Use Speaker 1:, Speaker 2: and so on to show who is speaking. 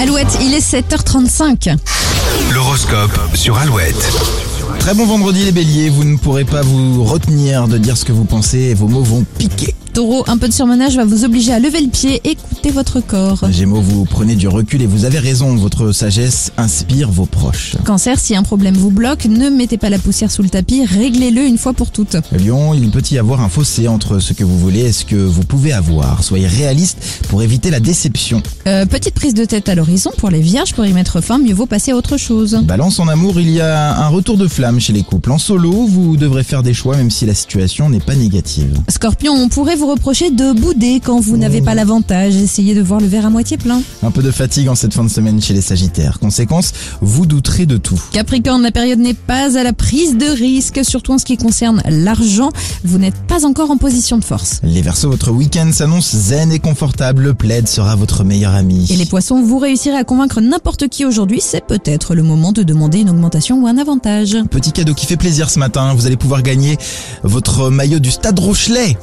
Speaker 1: Alouette, il est 7h35.
Speaker 2: L'horoscope sur Alouette.
Speaker 3: Très bon vendredi les béliers, vous ne pourrez pas vous retenir de dire ce que vous pensez et vos mots vont piquer.
Speaker 1: Taureau, un peu de surmenage va vous obliger à lever le pied, écoutez votre corps.
Speaker 3: Gémeaux, vous prenez du recul et vous avez raison, votre sagesse inspire vos proches.
Speaker 1: Cancer, si un problème vous bloque, ne mettez pas la poussière sous le tapis, réglez-le une fois pour toutes.
Speaker 3: Lion, il peut y avoir un fossé entre ce que vous voulez et ce que vous pouvez avoir. Soyez réaliste pour éviter la déception.
Speaker 1: Euh, petite prise de tête à l'horizon, pour les vierges, pour y mettre fin, mieux vaut passer à autre chose.
Speaker 3: Balance en amour, il y a un retour de flamme chez les couples. En solo, vous devrez faire des choix même si la situation n'est pas négative.
Speaker 1: Scorpion, on pourrait vous reprocher de bouder quand vous n'avez pas l'avantage, essayez de voir le verre à moitié plein.
Speaker 3: Un peu de fatigue en cette fin de semaine chez les sagittaires. Conséquence, vous douterez de tout.
Speaker 1: Capricorne, la période n'est pas à la prise de risque, surtout en ce qui concerne l'argent, vous n'êtes pas encore en position de force.
Speaker 3: Les Verseaux, votre week-end s'annonce zen et confortable. Le plaid sera votre meilleur ami.
Speaker 1: Et les poissons, vous réussirez à convaincre n'importe qui aujourd'hui, c'est peut-être le moment de demander une augmentation ou un avantage.
Speaker 3: Petit cadeau qui fait plaisir ce matin. Vous allez pouvoir gagner votre maillot du Stade Rochelet.